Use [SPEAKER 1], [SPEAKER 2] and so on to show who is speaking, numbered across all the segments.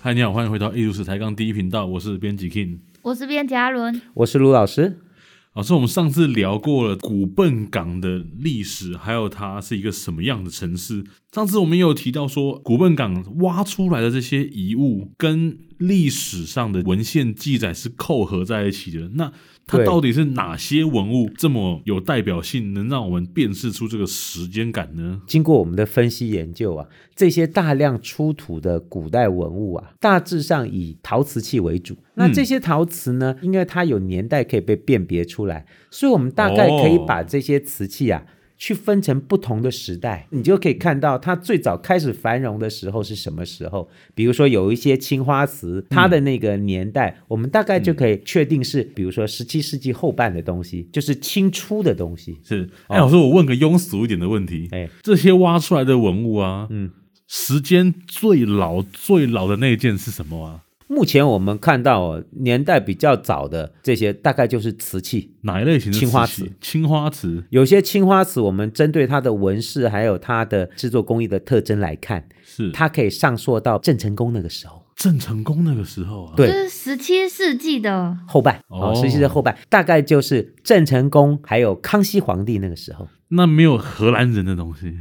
[SPEAKER 1] 嗨，你好，欢迎回到艺术史抬杠第一频道，我是编辑 King。
[SPEAKER 2] 我是边嘉伦，
[SPEAKER 3] 我是卢老师。
[SPEAKER 1] 老师，我们上次聊过了古笨港的历史，还有它是一个什么样的城市。上次我们也有提到说，古笨港挖出来的这些遗物跟历史上的文献记载是扣合在一起的。那它
[SPEAKER 3] 对
[SPEAKER 1] 到底是哪些文物这么有代表性，能让我们辨识出这个时间感呢？
[SPEAKER 3] 经过我们的分析研究啊，这些大量出土的古代文物啊，大致上以陶瓷器为主。那这些陶瓷呢，因为它有年代可以被辨别出来，所以我们大概可以
[SPEAKER 1] 哦
[SPEAKER 3] 把这些瓷器啊。去分成不同的时代，你就可以看到它最早开始繁荣的时候是什么时候。比如说有一些青花瓷，它的那个年代，我们大概就可以确定是，比如说十七世纪后半的东西，就是清初的东西。
[SPEAKER 1] 是，哎，老师，我问个庸俗一点的问题，
[SPEAKER 3] 哦哎，
[SPEAKER 1] 这些挖出来的文物啊，嗯，时间最老最老的那一件是什么啊？
[SPEAKER 3] 目前我们看到哦年代比较早的这些，大概就是瓷器。
[SPEAKER 1] 哪一类型的
[SPEAKER 3] 青花
[SPEAKER 1] 瓷器
[SPEAKER 3] 瓷？
[SPEAKER 1] 青花瓷
[SPEAKER 3] 有些青花瓷，我们针对它的纹饰还有它的制作工艺的特征来看，
[SPEAKER 1] 是
[SPEAKER 3] 它可以上溯到郑成功那个时候
[SPEAKER 1] 郑成功那个时候啊，
[SPEAKER 3] 对
[SPEAKER 2] 这是十七世纪的，
[SPEAKER 3] 后半
[SPEAKER 1] 哦
[SPEAKER 3] 哦，实际的后半大概就是郑成功还有康熙皇帝那个时候，
[SPEAKER 1] 那没有荷兰人的东西，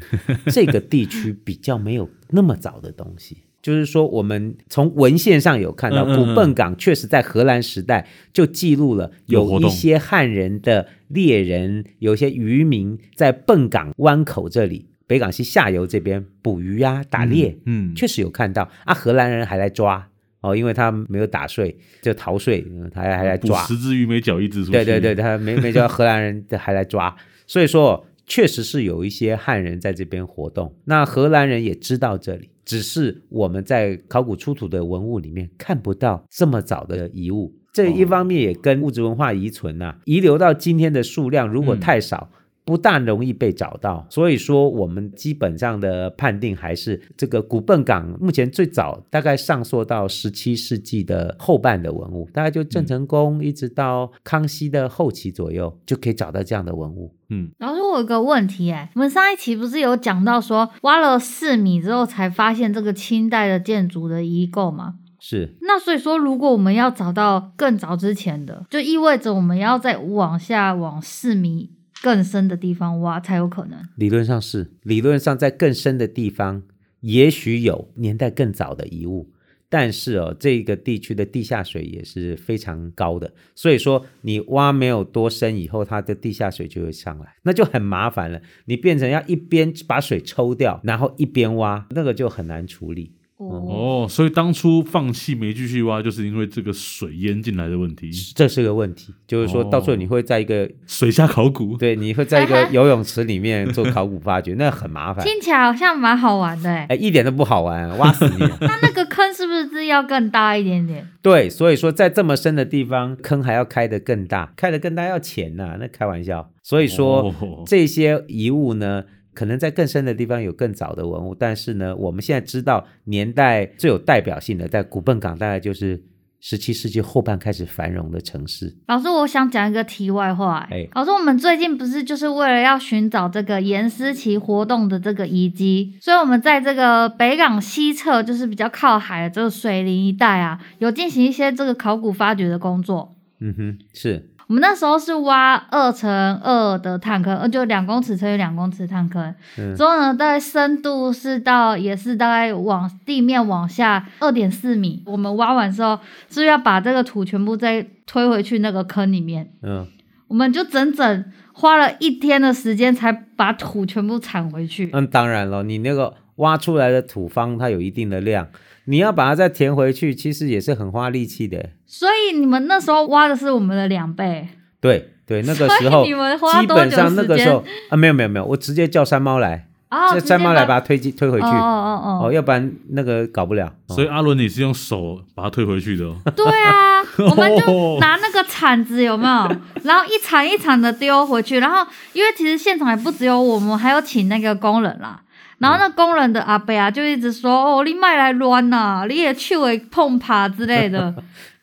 [SPEAKER 3] 这个地区比较没有那么早的东西。就是说，我们从文献上有看到，
[SPEAKER 1] 嗯嗯嗯
[SPEAKER 3] 古笨港确实在荷兰时代就记录了
[SPEAKER 1] 有活
[SPEAKER 3] 有
[SPEAKER 1] 动
[SPEAKER 3] 一些汉人的猎人，有一些渔民在笨港湾口这里、北港西下游这边捕鱼啊、打猎，
[SPEAKER 1] 嗯，
[SPEAKER 3] 确实有看到啊。荷兰人还来抓哦，因为他没有打税，就逃税，嗯他还还来
[SPEAKER 1] 捕
[SPEAKER 3] 抓。
[SPEAKER 1] 十只鱼没脚一只出去，
[SPEAKER 3] 对对对，，他没没叫荷兰人还来抓，所以说确实是有一些汉人在这边活动。那荷兰人也知道这里，只是我们在考古出土的文物里面看不到这么早的遗物。
[SPEAKER 1] 哦
[SPEAKER 3] 这一方面也跟物质文化遗存呐、遗留到今天的数量如果
[SPEAKER 1] 嗯
[SPEAKER 3] 太少。不大容易被找到，所以说我们基本上的判定还是这个古笨港目前最早大概上溯到十七世纪的后半的文物，大概就郑成功一直到康熙的后期左右就可以找到这样的文物。
[SPEAKER 1] 嗯，
[SPEAKER 2] 老师，我有个问题哎、我们上一期不是有讲到说挖了四米之后才发现这个清代的建筑的遗构吗？
[SPEAKER 3] 是
[SPEAKER 2] 那所以说，如果我们要找到更早之前的，就意味着我们要再往下往四米更深的地方挖才有可能。
[SPEAKER 3] 理论上是理论上在更深的地方，也许有年代更早的遗物，但是哦，这个地区的地下水也是非常高的，所以说你挖没有多深以后，它的地下水就会上来，那就很麻烦了。你变成要一边把水抽掉，然后一边挖，那个就很难处理。
[SPEAKER 2] 哦，
[SPEAKER 1] 哦，所以当初放弃没继续挖，就是因为这个水淹进来的问题，
[SPEAKER 3] 这是个问题，就是说
[SPEAKER 1] 哦
[SPEAKER 3] 到最后你会在一个、
[SPEAKER 1] 水下考古，
[SPEAKER 3] 对，你会在一个游泳池里面做考古发掘，那很麻烦，
[SPEAKER 2] 听起来好像蛮好玩的哎、
[SPEAKER 3] 哎，一点都不好玩，挖死你啊！
[SPEAKER 2] 那那个坑是不是要更大一点点？
[SPEAKER 3] 对，所以说在这么深的地方，坑还要开得更大，开得更大要钱呐、那开玩笑。所以说、
[SPEAKER 1] 哦
[SPEAKER 3] 这些遗物呢，可能在更深的地方有更早的文物，但是呢，我们现在知道年代最有代表性的，在古笨港大概就是十七世纪后半开始繁荣的城市。
[SPEAKER 2] 老师，我想讲一个题外话、欸。
[SPEAKER 3] 哎
[SPEAKER 2] 老师，我们最近不是就是为了要寻找这个严思琪活动的这个遗迹，所以我们在这个北港西侧，就是比较靠海的这个水林一带啊，有进行一些这个考古发掘的工作。
[SPEAKER 3] 嗯哼，是
[SPEAKER 2] 我们那时候是挖二乘二的探坑，呃，就两公尺乘以两公尺探坑。
[SPEAKER 3] 嗯
[SPEAKER 2] 之后呢，大概深度是到也是大概往地面往下二点四米。我们挖完之后，是不是要把这个土全部再推回去那个坑里面。
[SPEAKER 3] 嗯，
[SPEAKER 2] 我们就整整花了一天的时间才把土全部铲回去。
[SPEAKER 3] 那嗯当然了，你那个挖出来的土方它有一定的量，你要把它再填回去，其实也是很花力气的。
[SPEAKER 2] 所以你们那时候挖的是我们的两倍，
[SPEAKER 3] 对对，那个
[SPEAKER 2] 所以
[SPEAKER 3] 时候
[SPEAKER 2] 你们花
[SPEAKER 3] 基
[SPEAKER 2] 多
[SPEAKER 3] 本
[SPEAKER 2] 久
[SPEAKER 3] 上那
[SPEAKER 2] 时
[SPEAKER 3] 个时
[SPEAKER 2] 间
[SPEAKER 3] 候啊，没有没有没有，我直接叫山猫来，
[SPEAKER 2] 啊，
[SPEAKER 3] 叫
[SPEAKER 2] 直
[SPEAKER 3] 山
[SPEAKER 2] 接
[SPEAKER 3] 猫来把它推进推回去，
[SPEAKER 2] 哦哦哦
[SPEAKER 3] 哦，要不然那个搞不了。哦
[SPEAKER 1] 所以阿伦你是用手把它推回去的哦，
[SPEAKER 2] 哦，对 啊，我们
[SPEAKER 3] 哦
[SPEAKER 2] 就拿那个铲子有没有，然后一铲一铲的丢回去，然后因为其实现场也不只有我们，还有请那个工人啦。然后那工人的阿伯啊，就一直说：“哦，你卖来乱呐、你也去为碰爬之类 的。”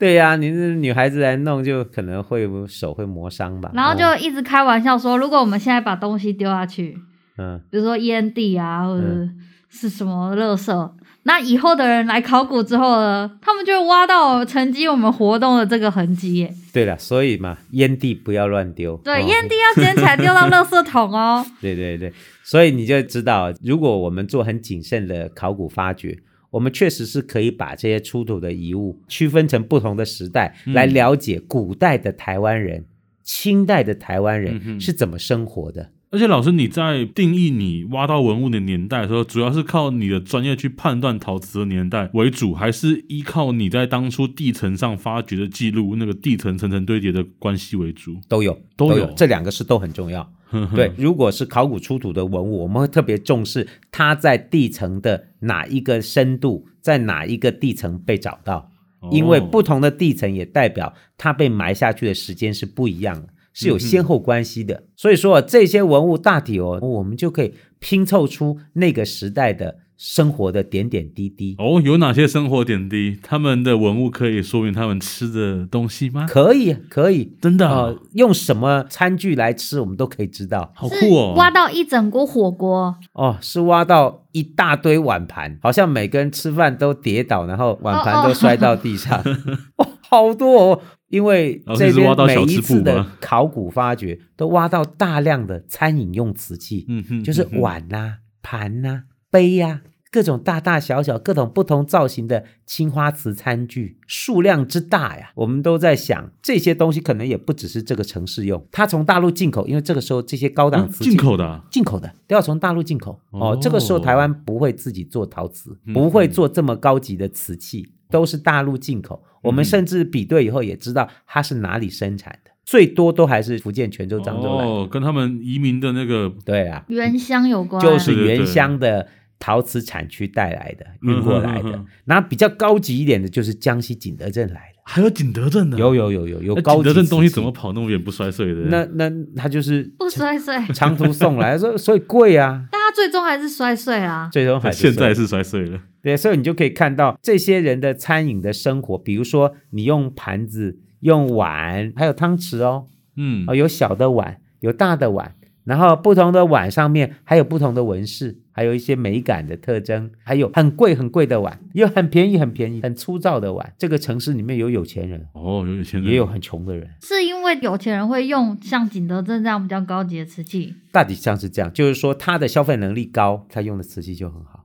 [SPEAKER 3] 对呀、你是女孩子来弄，就可能会手会磨伤吧。
[SPEAKER 2] 然后
[SPEAKER 3] 哦
[SPEAKER 2] 就一直开玩笑说，如果我们现在把东西丢下去，
[SPEAKER 3] 嗯
[SPEAKER 2] 比如说烟蒂啊，或者是是什么垃圾，那以后的人来考古之后呢，他们就会挖到沉积我们活动的这个痕迹耶。
[SPEAKER 3] 对了，所以嘛，烟蒂不要乱丢。
[SPEAKER 2] 对，
[SPEAKER 3] 哦
[SPEAKER 2] 烟蒂要捡起来丢到垃圾桶哦。
[SPEAKER 3] 对对对，所以你就知道，如果我们做很谨慎的考古发掘，我们确实是可以把这些出土的遗物区分成不同的时代，
[SPEAKER 1] 嗯
[SPEAKER 3] 来了解古代的台湾人、清代的台湾
[SPEAKER 1] 嗯哼
[SPEAKER 3] 人是怎么生活的。
[SPEAKER 1] 而且老师，你在定义你挖到文物的年代的时候，主要是靠你的专业去判断陶瓷的年代为主，还是依靠你在当初地层上发掘的记录，那个地层层层堆叠的关系为主？
[SPEAKER 3] 都有，
[SPEAKER 1] 都有嗯
[SPEAKER 3] 有，这两个是都很重要。对，如果是考古出土的文物，我们会特别重视它在地层的哪一个深度，在哪一个地层被找到，因为不
[SPEAKER 1] 哦
[SPEAKER 3] 同的地层也代表它被埋下去的时间是不一样的，是
[SPEAKER 1] 嗯
[SPEAKER 3] 有先后关系的。所以说这些文物大体哦，我们就可以拼凑出那个时代的生活的点点滴滴。
[SPEAKER 1] 哦，有哪些生活点滴？他们的文物可以说明他们吃的东西吗？
[SPEAKER 3] 可以，可以，
[SPEAKER 1] 真的啊、
[SPEAKER 3] 呃，用什么餐具来吃，我们都可以知道。
[SPEAKER 1] 好
[SPEAKER 2] 是
[SPEAKER 1] 酷哦！
[SPEAKER 2] 挖到一整锅火锅，
[SPEAKER 3] 哦，是挖到一大堆碗盘，好像每个人吃饭都跌倒，然后碗盘都摔到地上， 哦，好多哦。因为
[SPEAKER 1] 老师
[SPEAKER 3] 这
[SPEAKER 1] 是挖
[SPEAKER 3] 边
[SPEAKER 1] 到
[SPEAKER 3] 每
[SPEAKER 1] 小吃
[SPEAKER 3] 一
[SPEAKER 1] 部
[SPEAKER 3] 次的
[SPEAKER 1] 吗
[SPEAKER 3] 考古发掘，都挖到大量的餐饮用瓷器，
[SPEAKER 1] 嗯哼，
[SPEAKER 3] 就是
[SPEAKER 1] 嗯哼
[SPEAKER 3] 碗呐、盘呐、杯呀、各种大大小小、各种不同造型的青花瓷餐具，数量之大呀，我们都在想这些东西可能也不只是这个城市用，它从大陆进口，因为这个时候这些高档
[SPEAKER 1] 嗯
[SPEAKER 3] 瓷器
[SPEAKER 1] 进口的啊、
[SPEAKER 3] 进口的，都要从大陆进口。哦，
[SPEAKER 1] 哦
[SPEAKER 3] 这个时候台湾不会自己做陶瓷，
[SPEAKER 1] 嗯
[SPEAKER 3] 不会做这么高级的瓷器，都是大陆进
[SPEAKER 1] 嗯
[SPEAKER 3] 口。我们甚至比对以后也知道它是哪里生产的，最多都还是福建泉州、漳州来的。
[SPEAKER 1] 哦，跟他们移民的那个
[SPEAKER 3] 对啊，
[SPEAKER 2] 原香有关，
[SPEAKER 3] 就
[SPEAKER 1] 对
[SPEAKER 3] 是
[SPEAKER 1] 对对
[SPEAKER 3] 原乡的陶瓷产区带来的、运过来
[SPEAKER 1] 嗯哼嗯
[SPEAKER 3] 的
[SPEAKER 1] 哼。
[SPEAKER 3] 那比较高级一点的，就是江西景德镇来的。
[SPEAKER 1] 还有景德镇的啊，
[SPEAKER 3] 有有有有有
[SPEAKER 1] 那
[SPEAKER 3] 高
[SPEAKER 1] 景
[SPEAKER 3] 级
[SPEAKER 1] 德镇
[SPEAKER 3] 瓷
[SPEAKER 1] 东西
[SPEAKER 3] 器
[SPEAKER 1] 怎么跑那么远不摔碎的？
[SPEAKER 3] 那那它就是
[SPEAKER 2] 不摔碎，
[SPEAKER 3] 长途送来，所以所以贵啊。
[SPEAKER 2] 但它最终还是摔碎啊啦。
[SPEAKER 3] 最终还是
[SPEAKER 1] 现
[SPEAKER 3] 送来
[SPEAKER 1] 在是摔碎了。
[SPEAKER 3] 对，所以你就可以看到这些人的餐饮的生活，比如说你用盘子、用碗，还有汤匙哦，
[SPEAKER 1] 嗯
[SPEAKER 3] 哦，有小的碗，有大的碗，然后不同的碗上面还有不同的纹饰，还有一些美感的特征，还有很贵很贵的碗，也有很便宜很便宜、很粗糙的碗。这个城市里面有有钱人，
[SPEAKER 1] 哦，有有钱人
[SPEAKER 3] 也有很穷的人。
[SPEAKER 2] 是因为有钱人会用像景德镇这样比较高级的瓷器，
[SPEAKER 3] 大体上是这样，就是说他的消费能力高，他用的瓷器就很好；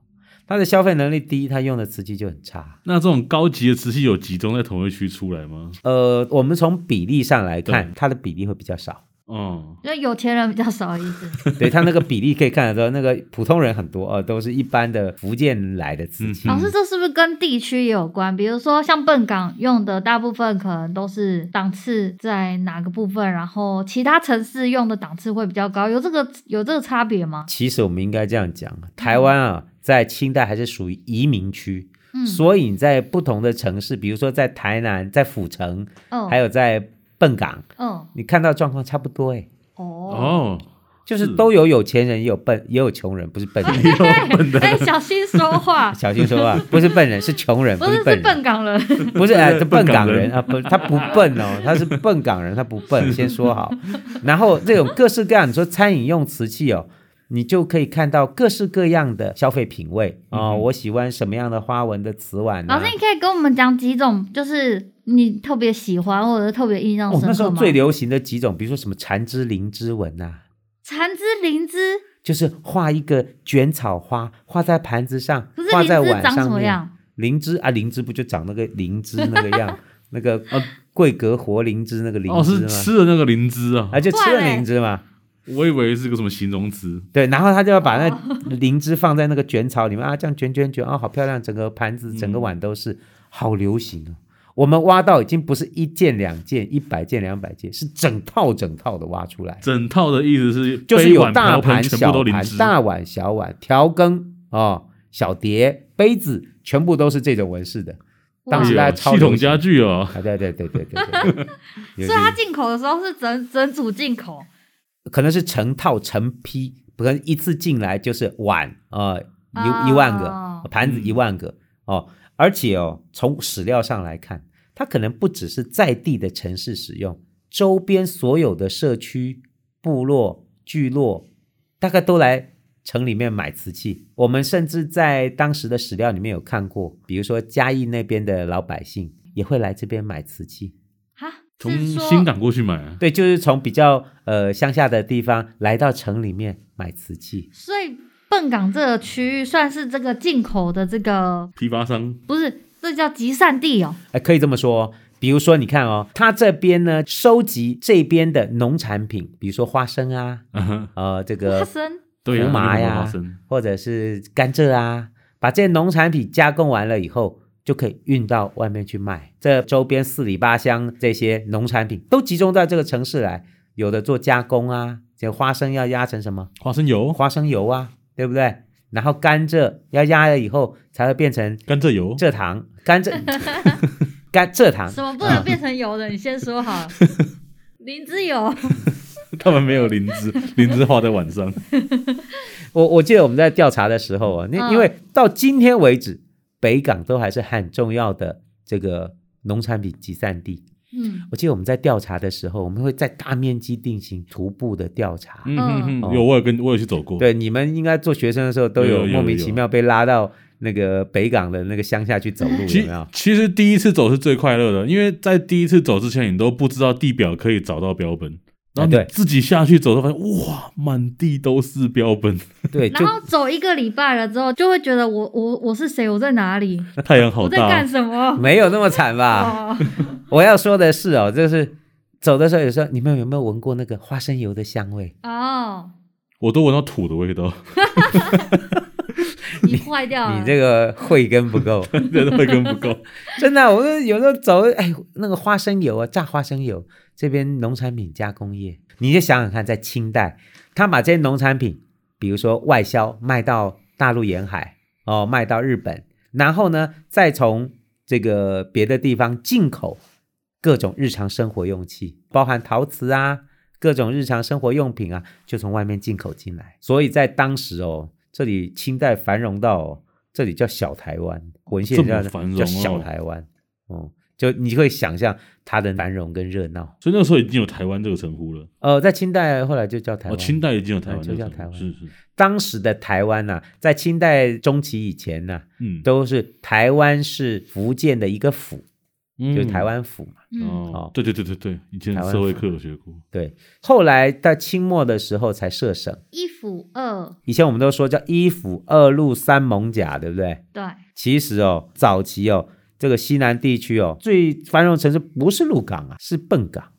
[SPEAKER 3] 他的消费能力低，他用的瓷器就很差。
[SPEAKER 1] 那这种高级的瓷器有集中在同一区出来吗？
[SPEAKER 3] 呃，我们从比例上来看
[SPEAKER 1] 对，
[SPEAKER 3] 它的比例会比较少。
[SPEAKER 1] 哦，
[SPEAKER 2] 因为有钱人比较少意思。
[SPEAKER 3] 对它那个比例可以看得到，那个普通人很多呃，都是一般的福建来的瓷
[SPEAKER 1] 嗯
[SPEAKER 3] 器。
[SPEAKER 2] 老师，这是不是跟地区也有关？比如说像笨港用的大部分可能都是档次在哪个部分，然后其他城市用的档次会比较高，有这个有这个差别吗？
[SPEAKER 3] 其实我们应该这样讲，台湾啊，在清代还是属于移民区，
[SPEAKER 2] 嗯，
[SPEAKER 3] 所以你在不同的城市，比如说在台南、在府城，
[SPEAKER 2] 嗯
[SPEAKER 3] 还有在笨港，
[SPEAKER 2] 嗯
[SPEAKER 3] 你看到状况差不多哎，
[SPEAKER 2] 哦，
[SPEAKER 1] 哦，
[SPEAKER 3] 就是
[SPEAKER 1] 是
[SPEAKER 3] 都有有钱人，也有笨，也有穷人，不是笨人。，
[SPEAKER 2] 哎、小心说话
[SPEAKER 3] 小心说啊，不是笨人，是穷人，
[SPEAKER 2] 不
[SPEAKER 3] 不
[SPEAKER 2] 是是
[SPEAKER 3] 笨人。
[SPEAKER 2] 笨港 人。
[SPEAKER 3] 不 是哎，这笨港
[SPEAKER 1] 笨港
[SPEAKER 3] 人
[SPEAKER 1] 人
[SPEAKER 3] 啊，不，他不笨哦，他是笨港人，他不笨，先 说好。然后这种各式各样，你说餐饮用瓷器哦，你就可以看到各式各样的消费品味
[SPEAKER 1] 嗯
[SPEAKER 3] 啊、
[SPEAKER 1] 哼
[SPEAKER 3] 我喜欢什么样的花纹的瓷碗啊呢、
[SPEAKER 2] 老师，你可以跟我们讲几种，就是你特别喜欢或者是特别印象
[SPEAKER 3] 哦，那
[SPEAKER 2] 深
[SPEAKER 3] 时
[SPEAKER 2] 刻
[SPEAKER 3] 候
[SPEAKER 2] 吗？
[SPEAKER 3] 最流行的几种，比如说什么缠枝灵芝纹呐、
[SPEAKER 2] 缠枝灵芝，
[SPEAKER 3] 就是画一个卷草花，画在盘子上
[SPEAKER 2] 可是，
[SPEAKER 3] 画
[SPEAKER 2] 灵
[SPEAKER 3] 在
[SPEAKER 2] 芝
[SPEAKER 3] 碗
[SPEAKER 2] 长什
[SPEAKER 3] 上
[SPEAKER 2] 么
[SPEAKER 3] 面。
[SPEAKER 2] 样？
[SPEAKER 3] 灵芝啊，灵芝不就长那个灵芝那个样，那个呃桂格活灵芝那个灵
[SPEAKER 1] 哦
[SPEAKER 3] 芝
[SPEAKER 1] 是
[SPEAKER 3] 吗？
[SPEAKER 1] 吃的那个灵芝啊，
[SPEAKER 3] 啊，就吃
[SPEAKER 2] 不
[SPEAKER 3] 了
[SPEAKER 2] 然嘞
[SPEAKER 3] 灵芝嘛。
[SPEAKER 1] 我以为是个什么形容词。
[SPEAKER 3] 对，然后他就要把那
[SPEAKER 2] 哦
[SPEAKER 3] 灵芝放在那个卷草里面啊，这样卷卷卷啊、好漂亮，整个盘子、整个
[SPEAKER 1] 嗯
[SPEAKER 3] 碗都是，好流行哦。我们挖到已经不是一件两件、一百件两百件，是整套整套的挖出来，
[SPEAKER 1] 整套的意思是，
[SPEAKER 3] 就是
[SPEAKER 1] 杯
[SPEAKER 3] 有
[SPEAKER 1] 碗
[SPEAKER 3] 大
[SPEAKER 1] 瓢盆
[SPEAKER 3] 盘、
[SPEAKER 1] 全部
[SPEAKER 3] 小
[SPEAKER 1] 都灵
[SPEAKER 3] 盘、
[SPEAKER 1] 芝，
[SPEAKER 3] 大碗、小碗、调羹哦、小碟、杯子，全部都是这种纹饰的。当时
[SPEAKER 2] 哇
[SPEAKER 3] 大
[SPEAKER 1] 哎呦
[SPEAKER 3] 家超
[SPEAKER 1] 系统
[SPEAKER 3] 流行
[SPEAKER 1] 家具哦，
[SPEAKER 3] 啊，对对对对对对 有
[SPEAKER 2] 所以它
[SPEAKER 3] 有，
[SPEAKER 2] 进口的时候是整整组进口，
[SPEAKER 3] 可能是成套成批，可能一次进来就是碗啊、呃
[SPEAKER 2] 哦
[SPEAKER 3] 一一万个盘子一万个哦，而且哦，从史料上来看，它可能不只是在地的城市使用，周边所有的社区、部落、聚落，大概都来城里面买瓷器。我们甚至在当时的史料里面有看过，比如说嘉义那边的老百姓也会来这边买瓷器。
[SPEAKER 2] 哈，
[SPEAKER 1] 从
[SPEAKER 2] 是说
[SPEAKER 1] 新港过去买啊，
[SPEAKER 3] 对，就是从比较呃乡下的地方来到城里面买瓷器。
[SPEAKER 2] 所以笨港这个区域算是这个进口的这个
[SPEAKER 1] 批发 商
[SPEAKER 2] 不是，这叫集散地哦。
[SPEAKER 3] 哎，可以这么说、哦。比如说，你看哦，他这边呢收集这边的农产品，比如说花生啊，
[SPEAKER 1] 啊哈，
[SPEAKER 3] 呃，这个
[SPEAKER 2] 花生
[SPEAKER 1] 对啊，
[SPEAKER 3] 胡麻
[SPEAKER 1] 那个
[SPEAKER 3] 呀
[SPEAKER 1] 花生
[SPEAKER 3] 或者是甘蔗啊，把这些农产品加工完了以后，就可以运到外面去卖。这周边四里八乡这些农产品都集中到这个城市来，有的做加工啊，这花生要压成什么
[SPEAKER 1] 花生油、
[SPEAKER 3] 花生油啊，对不对？然后甘蔗要压了以后才会变成
[SPEAKER 1] 甘蔗油，
[SPEAKER 3] 蔗糖，甘蔗甘蔗糖
[SPEAKER 2] 什么不能变成油 的？你先说好。灵芝油，
[SPEAKER 1] 他们没有灵芝，灵芝花在晚 上。
[SPEAKER 3] 我我记得我们在调查的时候啊，那
[SPEAKER 2] 嗯
[SPEAKER 3] 因为到今天为止，北港都还是很重要的这个农产品集散地。
[SPEAKER 2] 嗯，
[SPEAKER 3] 我记得我们在调查的时候，我们会在大面积进行徒步的调查。
[SPEAKER 1] 嗯嗯
[SPEAKER 3] 哦
[SPEAKER 1] 嗯，有我有跟我有去走过，
[SPEAKER 3] 对，你们应该做学生的时候都
[SPEAKER 1] 有
[SPEAKER 3] 有
[SPEAKER 1] 有
[SPEAKER 3] 莫名
[SPEAKER 1] 有
[SPEAKER 3] 其妙被拉到那个北港的那个乡下去走路，
[SPEAKER 1] 其
[SPEAKER 3] 有没有？
[SPEAKER 1] 其实第一次走是最快乐的，因为在第一次走之前，你都不知道地表可以找到标本，然后
[SPEAKER 3] 啊对
[SPEAKER 1] 你自己下去走，都发现哇，满地都是标本，
[SPEAKER 3] 对，就
[SPEAKER 2] 然后走一个礼拜了之后，就会觉得我我我是谁？我在哪里？
[SPEAKER 1] 太阳好
[SPEAKER 2] 我在
[SPEAKER 1] 大
[SPEAKER 2] 干
[SPEAKER 1] 哦。
[SPEAKER 2] 什么？
[SPEAKER 3] 没有那么惨吧？
[SPEAKER 2] 哦，
[SPEAKER 3] 我要说的是哦，就是走的时候有时候你们有没有闻过那个花生油的香味？
[SPEAKER 2] 哦，
[SPEAKER 1] 我都闻到土的味道，
[SPEAKER 2] 你坏掉了。
[SPEAKER 3] 你这个慧根不够，
[SPEAKER 1] 真的会跟不够。
[SPEAKER 3] 真的啊、我们有时候走，哎，那个花生油啊，榨花生油，这边农产品加工业，你就想想看，在清代，他把这些农产品，比如说外销卖到大陆沿海，哦，卖到日本，然后呢，再从这个别的地方进口各种日常生活用器，包含陶瓷啊，各种日常生活用品啊，就从外面进口进来。所以在当时哦，这里清代繁荣到、哦、这里叫小台湾，文献
[SPEAKER 1] 这
[SPEAKER 3] 叫
[SPEAKER 1] 么繁荣
[SPEAKER 3] 叫
[SPEAKER 1] 哦
[SPEAKER 3] 小台湾，哦、就你会想象它的繁荣跟热闹。
[SPEAKER 1] 所以那时候已经有台湾这个称呼了，
[SPEAKER 3] 呃，在清代后来就叫台
[SPEAKER 1] 哦，
[SPEAKER 3] 湾，嗯
[SPEAKER 1] 清代已经有台湾这
[SPEAKER 3] 就叫
[SPEAKER 1] 个
[SPEAKER 3] 台
[SPEAKER 1] 称
[SPEAKER 3] 湾
[SPEAKER 1] 呼，是是，
[SPEAKER 3] 当时的台湾呐、在清代中期以前呢、
[SPEAKER 1] 嗯，
[SPEAKER 3] 都是台湾是福建的一个府，
[SPEAKER 1] 嗯
[SPEAKER 3] 就是台。湾府嘛。
[SPEAKER 2] 嗯，
[SPEAKER 1] 哦
[SPEAKER 3] 哦，
[SPEAKER 1] 对对对对对，以前
[SPEAKER 3] 台湾
[SPEAKER 1] 社会课有学过，
[SPEAKER 3] 对，后来到清末的时候才设省。
[SPEAKER 2] 一府二
[SPEAKER 3] 以前我们都说叫一府二路三艋甲，对不对？
[SPEAKER 2] 对，
[SPEAKER 3] 其实哦，早期哦，这个西南地区哦，最繁荣的城市不是鹿港啊，是笨港。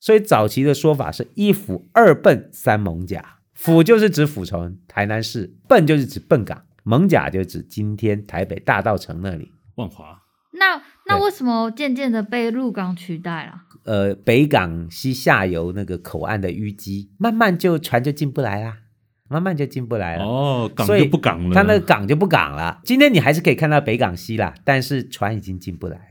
[SPEAKER 3] 所以早期的说法是一府二笨三艋甲，府就是指府城台南市，笨就是指笨港，艋甲就指今天台北大道城那里。
[SPEAKER 1] 万华
[SPEAKER 2] 那那
[SPEAKER 3] 对
[SPEAKER 2] 为什么渐渐的被鹿港取代了？
[SPEAKER 3] 呃，北港西下游那个口岸的淤积，慢慢就船就进不来啦，慢慢就进不来了。
[SPEAKER 1] 哦，港
[SPEAKER 3] 所以
[SPEAKER 1] 就不港了，
[SPEAKER 3] 它那个港就不港了。今天你还是可以看到北港西啦，但是船已经进不来了，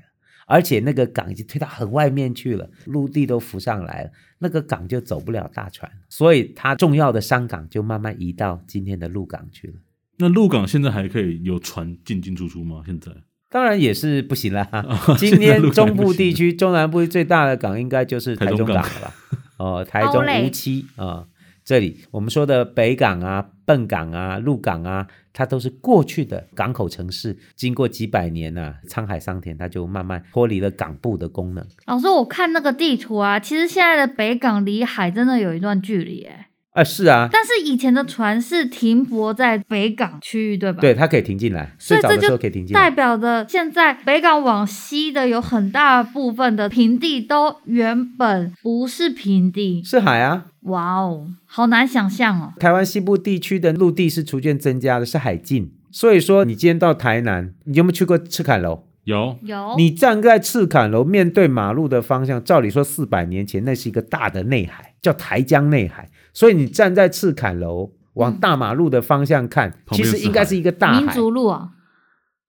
[SPEAKER 3] 而且那个港已经推到很外面去了，陆地都浮上来了，那个港就走不了大船，所以它重要的商港就慢慢移到今天的鹿港去了。
[SPEAKER 1] 那鹿港现在还可以有船进进出出吗？现在
[SPEAKER 3] 当然也是不行啦， 今
[SPEAKER 1] 现在
[SPEAKER 3] 天
[SPEAKER 1] 鹿港也
[SPEAKER 3] 中
[SPEAKER 1] 不
[SPEAKER 3] 部
[SPEAKER 1] 行
[SPEAKER 3] 地
[SPEAKER 1] 了
[SPEAKER 3] 区、中南部最大的港应该就是台
[SPEAKER 1] 台
[SPEAKER 3] 中
[SPEAKER 1] 中
[SPEAKER 3] 港
[SPEAKER 1] 港
[SPEAKER 3] 了吧？哦、台中
[SPEAKER 2] 凹嘞
[SPEAKER 3] 无期啊、呃这里我们说的北港啊、笨港啊、鹿港啊，它都是过去的港口城市，经过几百年呐、啊，沧海桑田，它就慢慢脱离了港埠的功能。
[SPEAKER 2] 老师，我看那个地图啊，其实现在的北港离海真的有一段距离诶，
[SPEAKER 3] 啊，是啊，
[SPEAKER 2] 但是以前的船是停泊在北港区域，对吧？
[SPEAKER 3] 对，，它可以停进来，
[SPEAKER 2] 所
[SPEAKER 3] 最
[SPEAKER 2] 以
[SPEAKER 3] 早
[SPEAKER 2] 这
[SPEAKER 3] 的时
[SPEAKER 2] 就
[SPEAKER 3] 候可以停进
[SPEAKER 2] 代
[SPEAKER 3] 来。
[SPEAKER 2] 表着现在北港往西的有很大部分的平地都原本不是平地。
[SPEAKER 3] 是海啊，
[SPEAKER 2] 哇哦，好难想象哦。
[SPEAKER 3] 台湾西部地区的陆地是逐渐增加的，是海禁。所以说，你今天到台南，你有没有去过赤坎楼？
[SPEAKER 1] 有
[SPEAKER 2] 有
[SPEAKER 3] 你站在赤坎楼面对马路的方向，照理说四百年前那是一个大的内海，叫台江内海，所以你站在赤坎楼往大马路的方向看，
[SPEAKER 1] 旁
[SPEAKER 3] 其
[SPEAKER 1] 边是
[SPEAKER 3] 实应该是一个大海。
[SPEAKER 2] 嗯民族路啊，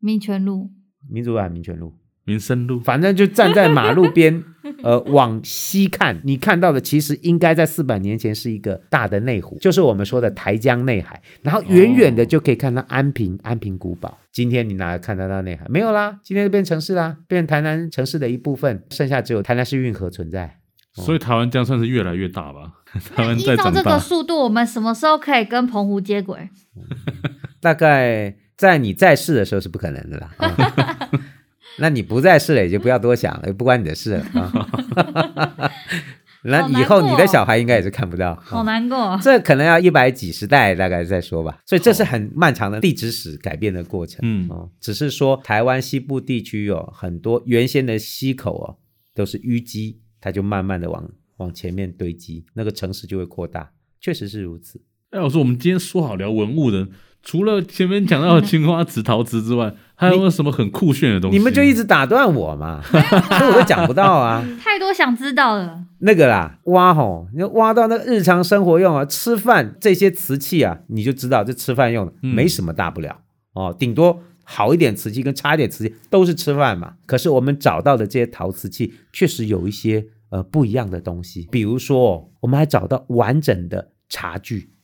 [SPEAKER 2] 民权路，
[SPEAKER 3] 民族海民权路，
[SPEAKER 1] 民生路，
[SPEAKER 3] 反正就站在马 路边，呃，往西看，你看到的其实应该在四百年前是一个大的内湖，就是我们说的台江内海。然后远远的
[SPEAKER 1] 哦
[SPEAKER 3] 就可以看到安平、安平古堡。今天你哪看得到内海？没有啦，今天就变城市啦，变台南城市的一部分，剩下只有台南市运河存在。
[SPEAKER 1] 所以台湾这样算是越来越大吧？台
[SPEAKER 2] 那
[SPEAKER 1] 湾
[SPEAKER 2] 依
[SPEAKER 1] 在
[SPEAKER 2] 照
[SPEAKER 1] 长
[SPEAKER 2] 这个
[SPEAKER 1] 大，
[SPEAKER 2] 速度，我们什么时候可以跟澎湖接轨？
[SPEAKER 3] 大概在你在世的时候是不可能的啦。 啊那你不在世了，也就不要多想了，也不关你的事了啊。 那
[SPEAKER 2] 好难
[SPEAKER 3] 以后你
[SPEAKER 2] 过
[SPEAKER 3] 的
[SPEAKER 2] 哦
[SPEAKER 3] 小孩应该也是看不到。啊
[SPEAKER 2] 好难 过哦。
[SPEAKER 3] 这可能要一百几十代大概再说吧，所以这是很漫长的地质史改变的过程。
[SPEAKER 1] 哦嗯
[SPEAKER 3] 哦，只是说台湾西部地区哦，很多原先的溪口哦都是淤积，它就慢慢的往往前面堆积，那个城市就会扩大，确实是如此。
[SPEAKER 1] 哎，我说我们今天说好聊文物的，除了前面讲到的青花瓷、陶瓷之外， 还有没有什么很酷炫的东西？
[SPEAKER 3] 你们就一直打断我 嘛，所以我都讲不到啊。
[SPEAKER 2] 太多想知道了，
[SPEAKER 3] 那个啦，挖吼，你挖到那个日常生活用啊，吃饭这些瓷器啊，你就知道这吃饭用的，
[SPEAKER 1] 嗯
[SPEAKER 3] 没什么大不了、哦，顶多好一点瓷器跟差一点瓷器都是吃饭嘛。可是我们找到的这些陶瓷器，确实有一些呃不一样的东西，比如说、哦、我们还找到完整的茶具。哎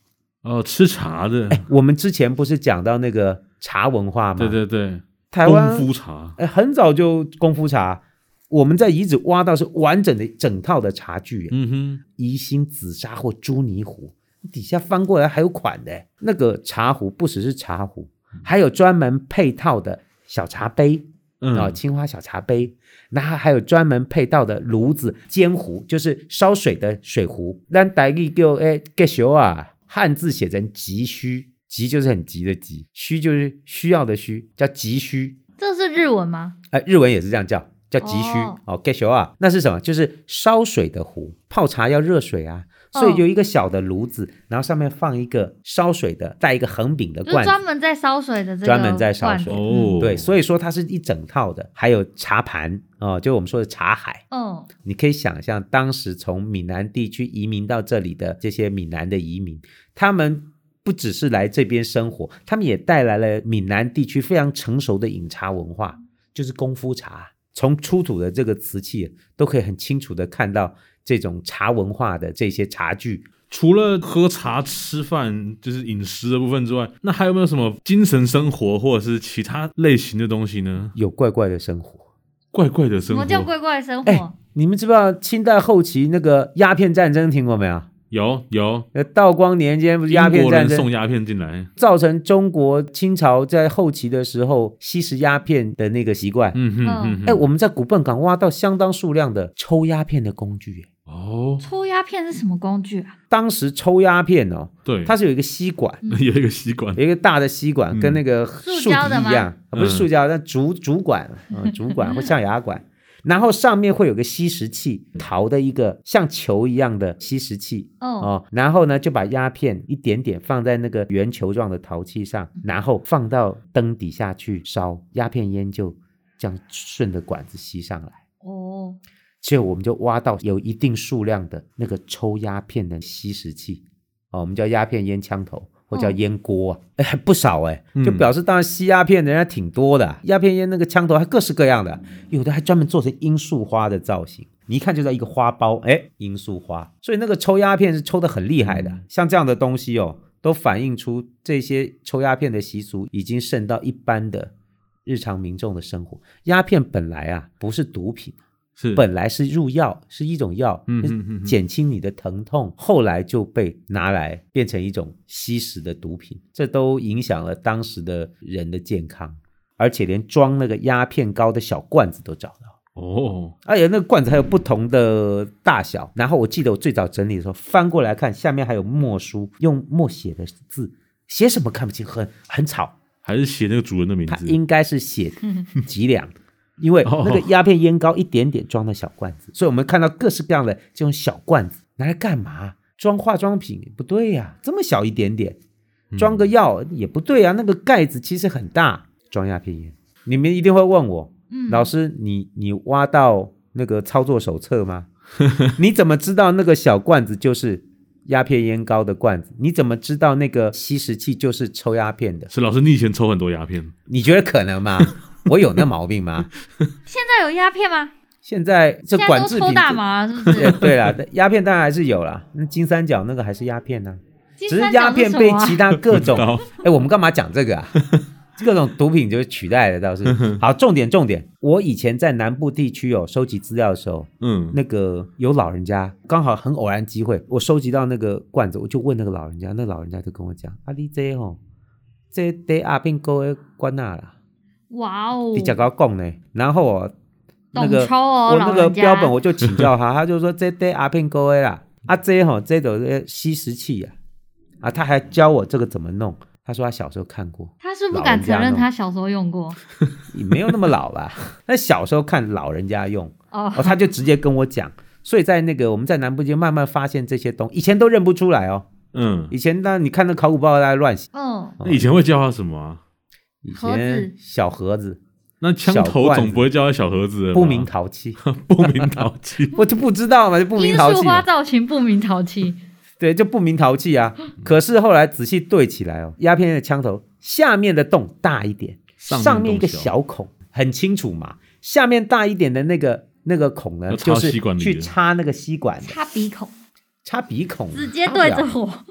[SPEAKER 1] 哦，吃茶的，
[SPEAKER 3] 我们之前不是讲到那个茶文化吗？
[SPEAKER 1] 对，对对，
[SPEAKER 3] 台湾
[SPEAKER 1] 功夫茶，
[SPEAKER 3] 哎很早就功夫茶，我们在遗址挖到是完整的整套的茶具、
[SPEAKER 1] 嗯哼，
[SPEAKER 3] 宜兴紫砂或朱泥壶，底下翻过来还有款的。那个茶壶不只是茶壶，还有专门配套的小茶杯啊、
[SPEAKER 1] 嗯，
[SPEAKER 3] 青花小茶杯，那还有专门配套的炉子、煎壶，就是烧水的水壶。咱台语叫诶给修啊，汉字写成急需，急就是很急的急，需就是需要的需，叫急需。
[SPEAKER 2] 这是日文吗？
[SPEAKER 3] 呃，日文也是这样叫，叫急需
[SPEAKER 2] 哦
[SPEAKER 3] 哦 g e s h o 啊，那是什么？就是烧水的壶，泡茶要热水啊，所以
[SPEAKER 2] 哦
[SPEAKER 3] 有一个小的炉子，然后上面放一个烧水的，带一个横柄的
[SPEAKER 2] 就是
[SPEAKER 3] 罐子
[SPEAKER 2] 专，门在烧水的这个
[SPEAKER 3] 专门在烧
[SPEAKER 2] 罐
[SPEAKER 3] 水
[SPEAKER 2] 子
[SPEAKER 1] 哦，
[SPEAKER 3] 对，所以说它是一整套的，还有茶盘哦，就我们说的茶海，
[SPEAKER 2] 嗯，
[SPEAKER 3] 你可以想象当时从闽南地区移民到这里的这些闽南的移民，他们。不只是来这边生活，他们也带来了闽南地区非常成熟的饮茶文化。就是功夫茶。从出土的这个瓷器，都可以很清楚的看到这种茶文化的这些茶具。
[SPEAKER 1] 除了喝茶、吃饭，就是饮食的部分之外，那还有没有什么精神生活或者是其他类型的东西呢？
[SPEAKER 3] 有怪怪的生活。
[SPEAKER 1] 怪怪的
[SPEAKER 2] 什
[SPEAKER 1] 生
[SPEAKER 2] 么叫
[SPEAKER 1] 活，
[SPEAKER 2] 怪怪的生
[SPEAKER 3] 哎
[SPEAKER 2] 活？
[SPEAKER 3] 你们知不知道清代后期那个鸦片战争听过没有？
[SPEAKER 1] 有有，
[SPEAKER 3] 呃，道光年间不是鸦
[SPEAKER 1] 英
[SPEAKER 3] 片
[SPEAKER 1] 国
[SPEAKER 3] 战
[SPEAKER 1] 人送
[SPEAKER 3] 争，
[SPEAKER 1] 鸦片进来，
[SPEAKER 3] 造成中国清朝在后期的时候吸食鸦片的那个习惯。
[SPEAKER 1] 嗯哼
[SPEAKER 2] 嗯
[SPEAKER 1] 嗯哼，
[SPEAKER 3] 哎，我们在古笨港挖到相当数量的抽鸦片的工具。
[SPEAKER 1] 哦，
[SPEAKER 2] 抽鸦片是什么工具啊？
[SPEAKER 3] 当时抽鸦片哦，
[SPEAKER 1] 对，
[SPEAKER 3] 它是有一个吸管，
[SPEAKER 2] 嗯
[SPEAKER 1] 有一个吸管，
[SPEAKER 3] 有一个大的吸管，
[SPEAKER 1] 嗯
[SPEAKER 3] 跟那个树
[SPEAKER 2] 塑胶的
[SPEAKER 3] 皮
[SPEAKER 2] 吗
[SPEAKER 3] 一样，啊不是塑胶，但竹竹管， 嗯，竹管或象牙管，然后上面会有个吸食器，
[SPEAKER 1] 嗯
[SPEAKER 3] 陶的一个像球一样的吸食器。
[SPEAKER 2] 哦，
[SPEAKER 3] 哦，然后呢，就把鸦片一点点放在那个圆球状的陶器上，然后放到灯底下去烧，鸦片烟就这样顺着管子吸上来。
[SPEAKER 2] 哦，
[SPEAKER 3] 结果我们就挖到有一定数量的那个抽鸦片的吸食器，哦，我们叫鸦片烟枪头或叫
[SPEAKER 2] 哦
[SPEAKER 3] 烟锅啊，哎、还不少哎、
[SPEAKER 1] 嗯
[SPEAKER 3] 就表示当然吸鸦片的人还挺多的啊，鸦片烟那个枪头还各式各样的，有的还专门做成罂粟花的造型。你一看就知道一个花苞，哎，罂粟花，所以那个抽鸦片是抽的很厉害的，像这样的东西哦，都反映出这些抽鸦片的习俗已经渗到一般的日常民众的生活。鸦片本来啊不是毒品，
[SPEAKER 1] 是
[SPEAKER 3] 本来是入药，是一种药，
[SPEAKER 1] 嗯嗯嗯嗯
[SPEAKER 3] 减轻你的疼痛，后来就被拿来变成一种吸食的毒品，这都影响了当时的人的健康，而且连装那个鸦片膏的小罐子都找到。
[SPEAKER 1] 哦，
[SPEAKER 3] 哎呀，那个罐子还有不同的大小。然后我记得我最早整理的时候，翻过来看，下面还有墨书，用墨写的字，写什么看不清，很很吵。
[SPEAKER 1] 还是写那个主人的名
[SPEAKER 3] 它
[SPEAKER 1] 字，
[SPEAKER 3] 应该是写几两，因为
[SPEAKER 1] 嗯哦
[SPEAKER 3] 那个鸦片烟膏一点点装的小罐子，所以我们看到各式各样的这种小罐子拿来干嘛？装化妆品不对呀、这么小一点点，装个药也不对啊，那个盖子其实很大，装鸦片烟。你们一定会问我，
[SPEAKER 2] 嗯，
[SPEAKER 3] 老师，你你挖到那个操作手册吗？ 你怎么知道那个小罐子就是鸦片烟膏的罐子？你怎么知道那个吸食器就是抽鸦片的？
[SPEAKER 1] 是老师，你以前抽很多鸦片，
[SPEAKER 3] 你觉得可 能吗？我有那毛病吗？
[SPEAKER 2] 现在有鸦片吗？
[SPEAKER 3] 现在这
[SPEAKER 2] 现在
[SPEAKER 3] 管
[SPEAKER 2] 都
[SPEAKER 3] 制
[SPEAKER 2] 抽
[SPEAKER 3] 品
[SPEAKER 2] 大
[SPEAKER 3] 质
[SPEAKER 2] 麻了是不
[SPEAKER 3] 对
[SPEAKER 2] 是？
[SPEAKER 3] 对啦，鸦片当然还是有啦。那金三角那个还是鸦片呢、啊
[SPEAKER 2] 金
[SPEAKER 3] 只是
[SPEAKER 2] 三角
[SPEAKER 3] 鸦片
[SPEAKER 2] 什
[SPEAKER 3] 被
[SPEAKER 2] 么啊
[SPEAKER 3] 其他各种
[SPEAKER 1] 不知道。
[SPEAKER 3] 哎，我们干嘛讲这个啊？各种毒品就取代了，倒是好。重点重点，我以前在南部地区有收集资料的时候，
[SPEAKER 4] 嗯，
[SPEAKER 3] 那个有老人家，刚好很偶然机会，我收集到那个罐子，我就问那个老人家，那老人家就跟我讲：“啊，你这吼、这得阿病哥的关那啦，
[SPEAKER 2] 哇哦
[SPEAKER 3] 你，甲我讲呢。”然后我那
[SPEAKER 2] 懂
[SPEAKER 3] 个、
[SPEAKER 2] 抽哦，
[SPEAKER 3] 我
[SPEAKER 2] 老
[SPEAKER 3] 那个
[SPEAKER 2] 人家
[SPEAKER 3] 标本我就请教他， 他就说：“这得阿病哥的啦，啊这吼、这都是吸食器呀、啊。”啊，他还教我这个怎么弄。他说他小时候看过，
[SPEAKER 2] 他是不敢承
[SPEAKER 3] 老人
[SPEAKER 2] 认
[SPEAKER 3] 家
[SPEAKER 2] 他小时候用过
[SPEAKER 3] 也没有那么老啦。 那小时候看老人家用，
[SPEAKER 2] 哦，
[SPEAKER 3] 哦，他就直接跟我讲。所以在那个我们在南部街慢慢发现这些东以前都认不出来哦。
[SPEAKER 4] 嗯，
[SPEAKER 3] 以前那你看那考古报大家乱写，
[SPEAKER 2] 嗯，
[SPEAKER 3] 哦
[SPEAKER 1] 那以前会叫它什么啊？
[SPEAKER 3] 以
[SPEAKER 2] 盒子
[SPEAKER 3] 前小盒子、
[SPEAKER 1] 那枪
[SPEAKER 3] 小
[SPEAKER 1] 头
[SPEAKER 3] 罐子
[SPEAKER 1] 总不会叫它小盒子了吧
[SPEAKER 3] 不明陶器，
[SPEAKER 1] 不明陶器
[SPEAKER 3] 我就不知道嘛，就不明
[SPEAKER 2] 罂
[SPEAKER 3] 陶
[SPEAKER 2] 粟
[SPEAKER 3] 器啊
[SPEAKER 2] 花
[SPEAKER 3] 嘛，
[SPEAKER 2] 造型不明陶器，
[SPEAKER 3] 对，就不明陶器啊。可是后来仔细对起来哦，鸦片的枪头下面的洞大一点，
[SPEAKER 4] 上
[SPEAKER 3] 上
[SPEAKER 4] 面洞
[SPEAKER 3] 面一个
[SPEAKER 4] 小
[SPEAKER 3] 小孔，很清楚嘛。下面大一点的那个那个孔呢，
[SPEAKER 1] 要插
[SPEAKER 3] 就
[SPEAKER 1] 吸
[SPEAKER 3] 是
[SPEAKER 1] 管里
[SPEAKER 3] 去
[SPEAKER 1] 的
[SPEAKER 3] 插那个吸管的，
[SPEAKER 2] 擦鼻孔，
[SPEAKER 3] 插鼻孔，啊
[SPEAKER 2] 直接对
[SPEAKER 3] 插不
[SPEAKER 2] 着
[SPEAKER 3] 了
[SPEAKER 2] 我，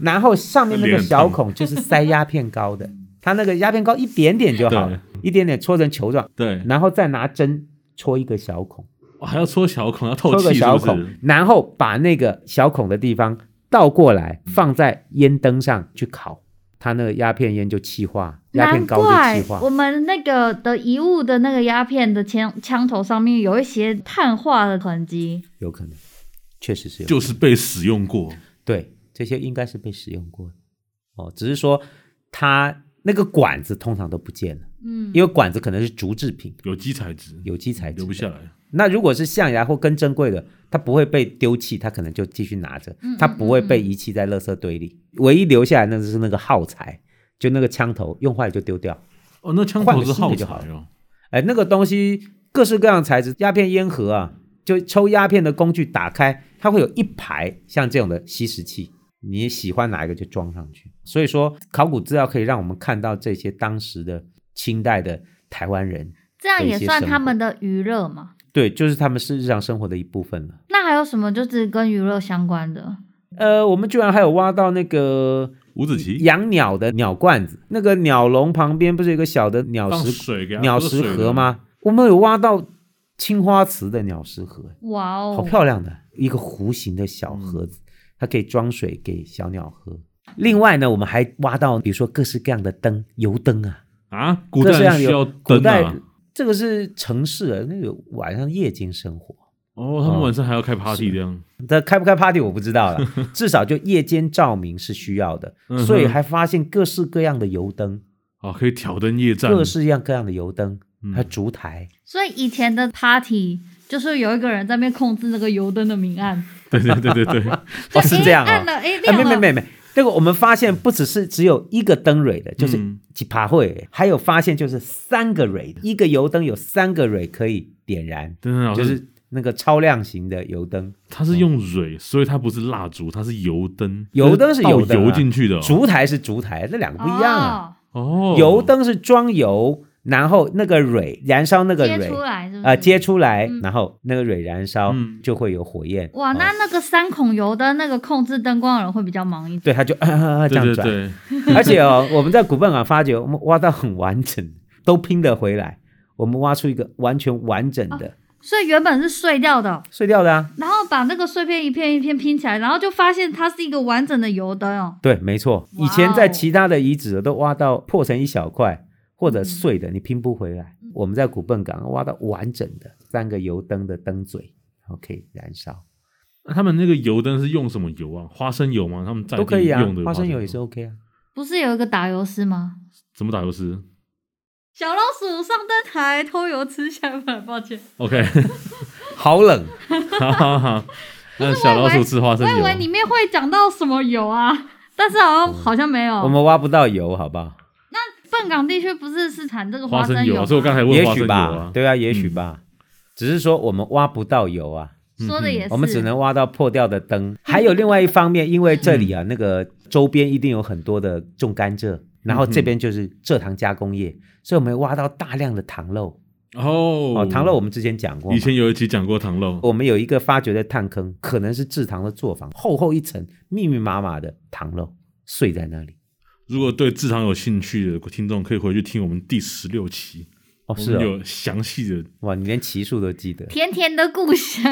[SPEAKER 3] 然后上面那个小 孔就是塞鸦片膏的，它那个鸦片膏一点点就好了，一点点搓成球状，
[SPEAKER 1] 对，
[SPEAKER 3] 然后再拿针戳一个小孔，
[SPEAKER 1] 哇还要戳小孔，要透
[SPEAKER 3] 戳个
[SPEAKER 1] 气，是
[SPEAKER 3] 小
[SPEAKER 1] 不
[SPEAKER 3] 孔
[SPEAKER 1] 是？，
[SPEAKER 3] 然后把那个小孔的地方倒过来
[SPEAKER 1] 嗯
[SPEAKER 3] 放在烟灯上去烤，它那个鸦片烟就气化，鸦
[SPEAKER 2] 难
[SPEAKER 3] 片膏就
[SPEAKER 2] 怪
[SPEAKER 3] 气化
[SPEAKER 2] 我。们那个的遗物的那个鸦片的枪枪头上面有一些碳化的痕迹，
[SPEAKER 3] 有可能，确实是有可能。
[SPEAKER 1] 就是被使用过，
[SPEAKER 3] 对，这些应该是被使用过的哦，只是说它那个管子通常都不见了，
[SPEAKER 2] 嗯，
[SPEAKER 3] 因为管子可能是竹制品、
[SPEAKER 1] 有机材质，
[SPEAKER 3] 有机材质
[SPEAKER 1] 留不
[SPEAKER 3] 的
[SPEAKER 1] 下来。
[SPEAKER 3] 那如果是象牙或更珍贵的，它不会被丢弃，它可能就继续拿着
[SPEAKER 2] 嗯嗯，
[SPEAKER 3] 它不会被遗弃在垃圾堆里。唯一留下来那就是那个耗材，就那个枪头，用坏了就丢掉。
[SPEAKER 1] 哦，那枪
[SPEAKER 3] 换
[SPEAKER 1] 头
[SPEAKER 3] 个
[SPEAKER 1] 是
[SPEAKER 3] 新
[SPEAKER 1] 耗
[SPEAKER 3] 的就
[SPEAKER 1] 材
[SPEAKER 3] 好了
[SPEAKER 1] 哦，
[SPEAKER 3] 哎，那个东西各式各样的材质，鸦片烟盒啊，就抽鸦片的工具打开，它会有一排像这种的吸食器，你喜欢哪一个就装上去。所以说，考古资料可以让我们看到这些当时的清代的台湾人，
[SPEAKER 2] 这样也
[SPEAKER 3] 一些
[SPEAKER 2] 算
[SPEAKER 3] 生
[SPEAKER 2] 他
[SPEAKER 3] 活
[SPEAKER 2] 们的娱乐嘛？
[SPEAKER 3] 对，就是他们是日常生活的一部分了。
[SPEAKER 2] 那还有什么就是跟娱乐相关的？
[SPEAKER 3] 呃，我们居然还有挖到那个
[SPEAKER 1] 五子棋
[SPEAKER 3] 养鸟的鸟罐子，那个鸟笼旁边不是有一个小的鸟
[SPEAKER 1] 放
[SPEAKER 3] 食
[SPEAKER 1] 水给它
[SPEAKER 3] 鸟
[SPEAKER 1] 喝
[SPEAKER 3] 食
[SPEAKER 1] 水
[SPEAKER 3] 盒
[SPEAKER 1] 的？
[SPEAKER 3] 吗？我们有挖到青花瓷的鸟食盒，
[SPEAKER 2] 哇哦，
[SPEAKER 3] 好漂亮的一个弧形的小盒
[SPEAKER 1] 嗯
[SPEAKER 3] 子，它可以装水给小鸟喝。另外呢，我们还挖到，比如说各式各样的灯，油灯啊，
[SPEAKER 1] 啊，古
[SPEAKER 3] 各式
[SPEAKER 1] 代
[SPEAKER 3] 各样
[SPEAKER 1] 需
[SPEAKER 3] 的
[SPEAKER 1] 要
[SPEAKER 3] 油，古
[SPEAKER 1] 灯
[SPEAKER 3] 代
[SPEAKER 1] 啊，
[SPEAKER 3] 这个是城市的那个晚上夜间生活。
[SPEAKER 1] 哦，他们晚上还要开 party 这样，
[SPEAKER 3] 它开不开 party 我不知道了， 至少就夜间照明是需要的，
[SPEAKER 1] 嗯
[SPEAKER 3] 所以
[SPEAKER 1] 哼
[SPEAKER 3] 还发现各式各样的油灯，
[SPEAKER 1] 啊，可以挑灯夜战，
[SPEAKER 3] 各式各样各样的油灯，
[SPEAKER 1] 嗯
[SPEAKER 3] 还有烛台，
[SPEAKER 2] 所以以前的 party 就是有一个人在那边控制那个油灯的明暗，
[SPEAKER 1] 对对对对对，
[SPEAKER 2] 就
[SPEAKER 3] 哦，是这样
[SPEAKER 2] 诶暗
[SPEAKER 3] 啊
[SPEAKER 2] 了，哎，
[SPEAKER 3] 啊，
[SPEAKER 2] 亮
[SPEAKER 3] 没
[SPEAKER 2] 了，
[SPEAKER 3] 没没没，这个我们发现不只是只有一个灯蕊的， 就是
[SPEAKER 1] 嗯
[SPEAKER 3] 几爬会，还有发现就是三个蕊，一个油灯有三个蕊可以点燃，
[SPEAKER 1] 等等老
[SPEAKER 3] 就
[SPEAKER 1] 师，
[SPEAKER 3] 是那个超亮型的油灯，
[SPEAKER 1] 它是用蕊，所以它不是蜡烛，它是油灯，
[SPEAKER 3] 油灯是
[SPEAKER 1] 倒
[SPEAKER 3] 油灯啊
[SPEAKER 1] 油进去的哦，
[SPEAKER 3] 烛台是烛台，那两个不一样啊，
[SPEAKER 1] 哦，
[SPEAKER 3] 油灯是装油，然后那个蕊燃烧那
[SPEAKER 2] 哦，
[SPEAKER 3] 个
[SPEAKER 2] 接
[SPEAKER 3] 蕊
[SPEAKER 2] 出。来是不是？
[SPEAKER 3] 啊，接出来，
[SPEAKER 2] 嗯
[SPEAKER 3] 然后那个蕊燃烧
[SPEAKER 1] 嗯
[SPEAKER 3] 就会有火焰。
[SPEAKER 2] 哇，那
[SPEAKER 3] 哦
[SPEAKER 2] 那个三孔油灯那个控制灯光的人会比较忙一点。
[SPEAKER 3] 对，它就啊
[SPEAKER 1] 对
[SPEAKER 3] 这样
[SPEAKER 1] 对
[SPEAKER 3] 转。
[SPEAKER 1] 对，
[SPEAKER 3] 而且哦，我们在古笨港发觉，我们挖到很完整，都拼得回来。我们挖出一个完全完整
[SPEAKER 2] 哦
[SPEAKER 3] 的
[SPEAKER 2] 所以原本是碎掉的，
[SPEAKER 3] 碎掉的啊。
[SPEAKER 2] 然后把那个碎片一片一片拼起来，然后就发现它是一个完整的油灯哦。
[SPEAKER 3] 对，没错，
[SPEAKER 2] 哇哦
[SPEAKER 3] 以前在其他的遗址都挖到破成一小块或者
[SPEAKER 2] 嗯
[SPEAKER 3] 碎的，你拼不回来。我们在古笨港挖到完整的三个油灯的灯嘴，然后可以燃烧，
[SPEAKER 1] 那他们那个油灯是用什么油啊？花生油吗？他们在
[SPEAKER 3] 都可以啊
[SPEAKER 1] 用的。
[SPEAKER 3] 花生油也是 OK 啊。
[SPEAKER 2] 不是有一个打油诗吗？
[SPEAKER 1] 怎么打油诗
[SPEAKER 2] 小老鼠上灯台偷油吃下饭，抱歉，
[SPEAKER 1] ？OK，
[SPEAKER 3] 好冷，
[SPEAKER 1] 哈哈哈。那小老鼠吃花生
[SPEAKER 2] 我以为里
[SPEAKER 1] 油，
[SPEAKER 2] 面会讲到什么油啊，但是好像好像没有。
[SPEAKER 3] 我们挖不到油，好不好？
[SPEAKER 2] 笨港地区不是是产这个
[SPEAKER 1] 花
[SPEAKER 2] 生
[SPEAKER 1] 生油
[SPEAKER 2] 吗
[SPEAKER 1] 啊，所以我刚才问
[SPEAKER 3] 也
[SPEAKER 1] 花生
[SPEAKER 3] 许
[SPEAKER 1] 油
[SPEAKER 3] 吧
[SPEAKER 1] 啊，。
[SPEAKER 3] 对啊，也许吧。只是说我们挖不到油啊。
[SPEAKER 2] 说的也是，
[SPEAKER 3] 我们只能挖到破掉的灯。还有另外一方面，因为这里
[SPEAKER 1] 嗯
[SPEAKER 3] 啊，那个周边一定有很多的种甘蔗，然后这
[SPEAKER 1] 嗯
[SPEAKER 3] 边就是蔗糖加工业，所以我们挖到大量的糖漏。
[SPEAKER 1] 哦
[SPEAKER 3] 哦，糖漏我们之前讲过嘛，
[SPEAKER 1] 以前有一期讲过糖漏，
[SPEAKER 3] 我们有一个发掘的探坑，可能是制糖的作坊，厚厚一层，密密麻麻的糖漏碎在那里。
[SPEAKER 1] 如果对制糖有兴趣的听众，可以回去听我们第十六期，我
[SPEAKER 3] 哦，是
[SPEAKER 1] 们
[SPEAKER 3] 哦，
[SPEAKER 1] 有详细的
[SPEAKER 3] 哇，你连奇数都记得，
[SPEAKER 2] 甜甜的故乡，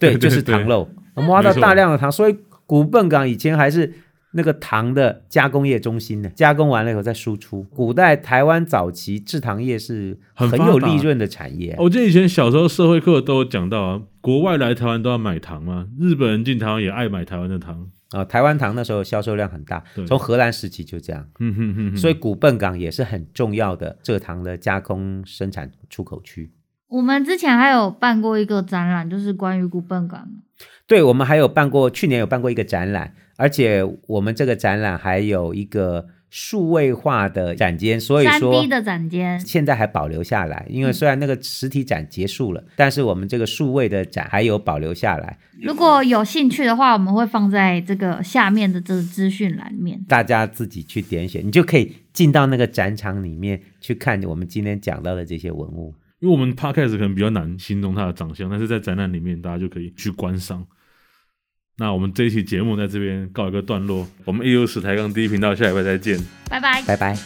[SPEAKER 1] 对
[SPEAKER 3] 对，就是
[SPEAKER 1] 对
[SPEAKER 3] 糖
[SPEAKER 1] 对
[SPEAKER 3] 漏，我们挖到
[SPEAKER 1] 没错
[SPEAKER 3] 大量的糖，所以古笨港以前还是那个糖的加工业中心呢，加工完了以后再输出。古代台湾早期制糖业是
[SPEAKER 1] 很
[SPEAKER 3] 很
[SPEAKER 1] 发
[SPEAKER 3] 有
[SPEAKER 1] 达
[SPEAKER 3] 利润的产业啊，
[SPEAKER 1] 哦我记得以前小时候社会课都有讲到啊，国外来台湾都要买糖嘛，日本人进台湾也爱买台湾的糖。
[SPEAKER 3] 啊台湾糖那时候销售量很大
[SPEAKER 1] 对，
[SPEAKER 3] 从荷兰时期就这样，
[SPEAKER 1] 嗯哼哼哼，
[SPEAKER 3] 所以古笨港也是很重要的蔗糖的加工生产出口区。
[SPEAKER 2] 我们之前还有办过一个展览，就是关于古笨港。
[SPEAKER 3] 对，我们还有办过，去年有办过一个展览，而且我们这个展览还有一个数位化的展间，所以
[SPEAKER 2] 三
[SPEAKER 3] 说
[SPEAKER 2] D 的展间，
[SPEAKER 3] 现在还保留下来，因为虽然那个实体展结束了，但是我们这个数位的展还有保留下来，
[SPEAKER 2] 如果有兴趣的话，我们会放在这个下面的这个资讯栏面。
[SPEAKER 3] 大家自己去点选，你就可以进到那个展场里面去看我们今天讲到的这些文物。
[SPEAKER 1] 因为我们 podcast 可能比较难形容它的长相，但是在展览里面大家就可以去观赏。那我们这一期节目在这边告一个段落，我们一六十抬杠第一频道下礼拜再见。
[SPEAKER 2] 拜拜。
[SPEAKER 3] 拜拜。